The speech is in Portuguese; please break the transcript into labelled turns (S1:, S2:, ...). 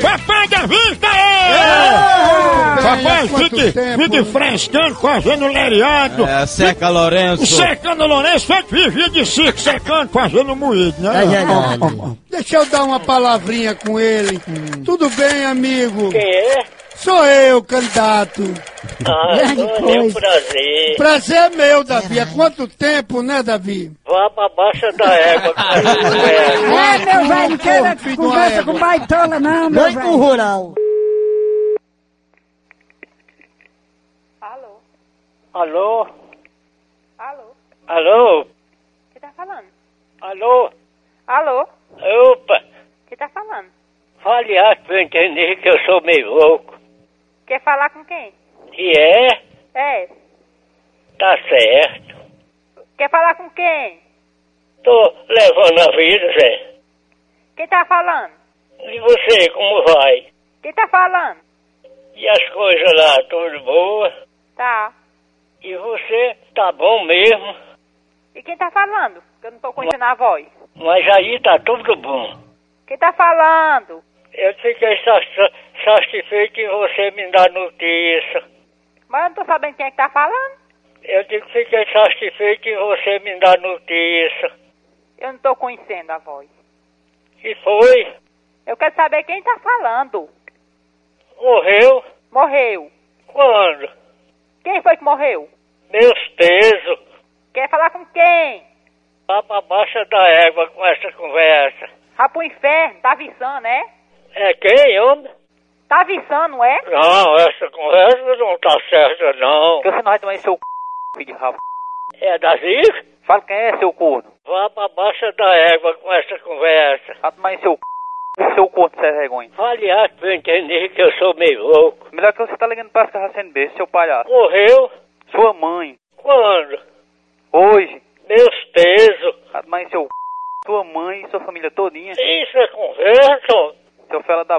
S1: Papai da vista! ê! Papai,
S2: há É! quanto
S1: fique,
S2: tempo,
S1: fique
S2: né?
S1: frescando, fazendo lereado.
S3: É, seca Lourenço.
S1: Secando Lourenço, só que vivia de circo, secando, fazendo moído, né?
S2: Deixa eu dar uma palavrinha com ele. Tudo bem, amigo?
S4: Quem é?
S2: Sou eu, candidato.
S4: Ah, é um prazer.
S2: Prazer é meu, Davi. Há quanto tempo, né, Davi?
S4: Vá pra baixa da égua. cara. É.
S5: É, meu velho, queira
S2: Filho da
S5: conversa
S2: égua.
S5: com baitola, não, meu
S6: Vem com o
S5: velho.
S6: rural.
S7: Alô?
S4: Alô?
S7: Alô?
S4: Alô?
S7: Quem tá falando?
S4: Alô?
S7: Alô?
S4: Opa!
S7: Quem tá falando?
S4: Fale alto pra eu entender que eu sou meio louco.
S7: Quer falar com quem?
S4: E é?
S7: É.
S4: Tá certo.
S7: Quer falar com quem?
S4: Tô levando a vida, Zé.
S7: Quem tá falando?
S4: E você, como vai?
S7: Quem tá falando?
S4: E as coisas lá, tudo boa?
S7: Tá.
S4: E você, tá bom mesmo?
S7: E quem tá falando? Que eu não tô conhecendo a voz.
S4: Mas aí tá tudo bom.
S7: Quem tá falando?
S4: Eu fiquei sa- satisfeito em você me dar notícia.
S7: Mas eu não tô sabendo quem é que tá falando.
S4: Eu digo que fiquei satisfeito em você me dar notícia.
S7: Eu não tô conhecendo a voz.
S4: E foi?
S7: Eu quero saber quem tá falando.
S4: Morreu?
S7: Morreu.
S4: Quando?
S7: Quem foi que morreu?
S4: Meus pesos.
S7: Quer falar com quem?
S4: Vá pra baixa da égua com essa conversa.
S7: Vá pro inferno, tá viçando, é?
S4: É quem, homem?
S7: Tá viçando, não é?
S4: Não, essa conversa não tá certa, não.
S7: Que você não vai tomar em seu c... filho de rabo.
S4: É da Zica?
S7: Fala quem é, seu corno.
S4: Vá pra baixa da égua com essa conversa.
S7: Vai tomar em seu c... Seu corno, sem vergonha.
S4: Vale alto pra eu entender que eu sou meio louco.
S7: Melhor que você tá ligando pra ficar sendo besta, seu palhaço.
S4: Morreu?
S7: Sua mãe,
S4: Quando?
S7: hoje,
S4: Meus pesos.
S7: vai tomar em seu c... Sua mãe e sua família todinha,
S4: Isso é conversa? homem?
S7: seu fela da p...